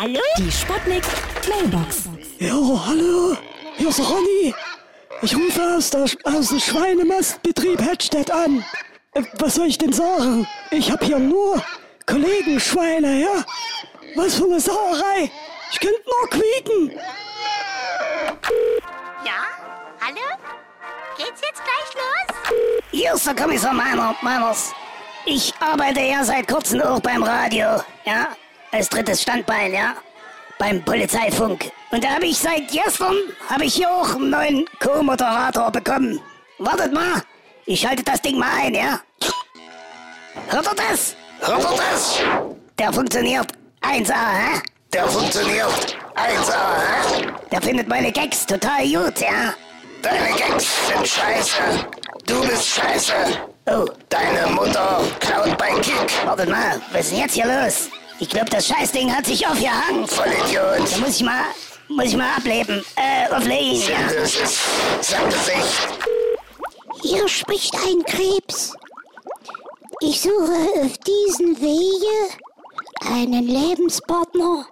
Hallo? Die Sputnik Mailbox. Jo, hallo. Hier ist Ronny. Ich rufe aus, der, aus dem Schweinemastbetrieb Hedstedt an. Äh, Was soll ich denn sagen? Ich hab hier nur Kollegenschweine, ja? Was für eine Sauerei. Ich könnte nur quieken. Ja? Hallo? Geht's jetzt gleich los? Hier ist der Kommissar Meiner, Meiners. Ich arbeite ja seit kurzem auch beim Radio, ja? Als drittes Standbein, ja? Beim Polizeifunk. Und da habe ich seit gestern, habe ich hier auch einen neuen Co-Moderator bekommen. Wartet mal, ich schalte das Ding mal ein, ja? Hört ihr das? Hört ihr das? Der funktioniert 1A, hä? Der funktioniert. 1A, hä? Der findet meine Gags total gut, ja? Deine Gags sind scheiße. Du bist scheiße. Oh, Deine Mutter klaut mein Kick. wartet Oh, mal, was ist denn jetzt hier los? Ich glaube, das Scheißding hat sich aufgehangen. Da Vollidiot. muss ich mal, muss ich mal ableben. Äh, auflegen. Ja. Das ist sein Gesicht. Hier spricht ein Krebs. Ich suche auf diesen Wege einen Lebenspartner,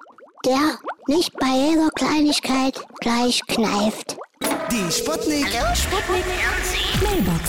der nicht bei jeder Kleinigkeit gleich kneift. Die Sputnik. Mailbox.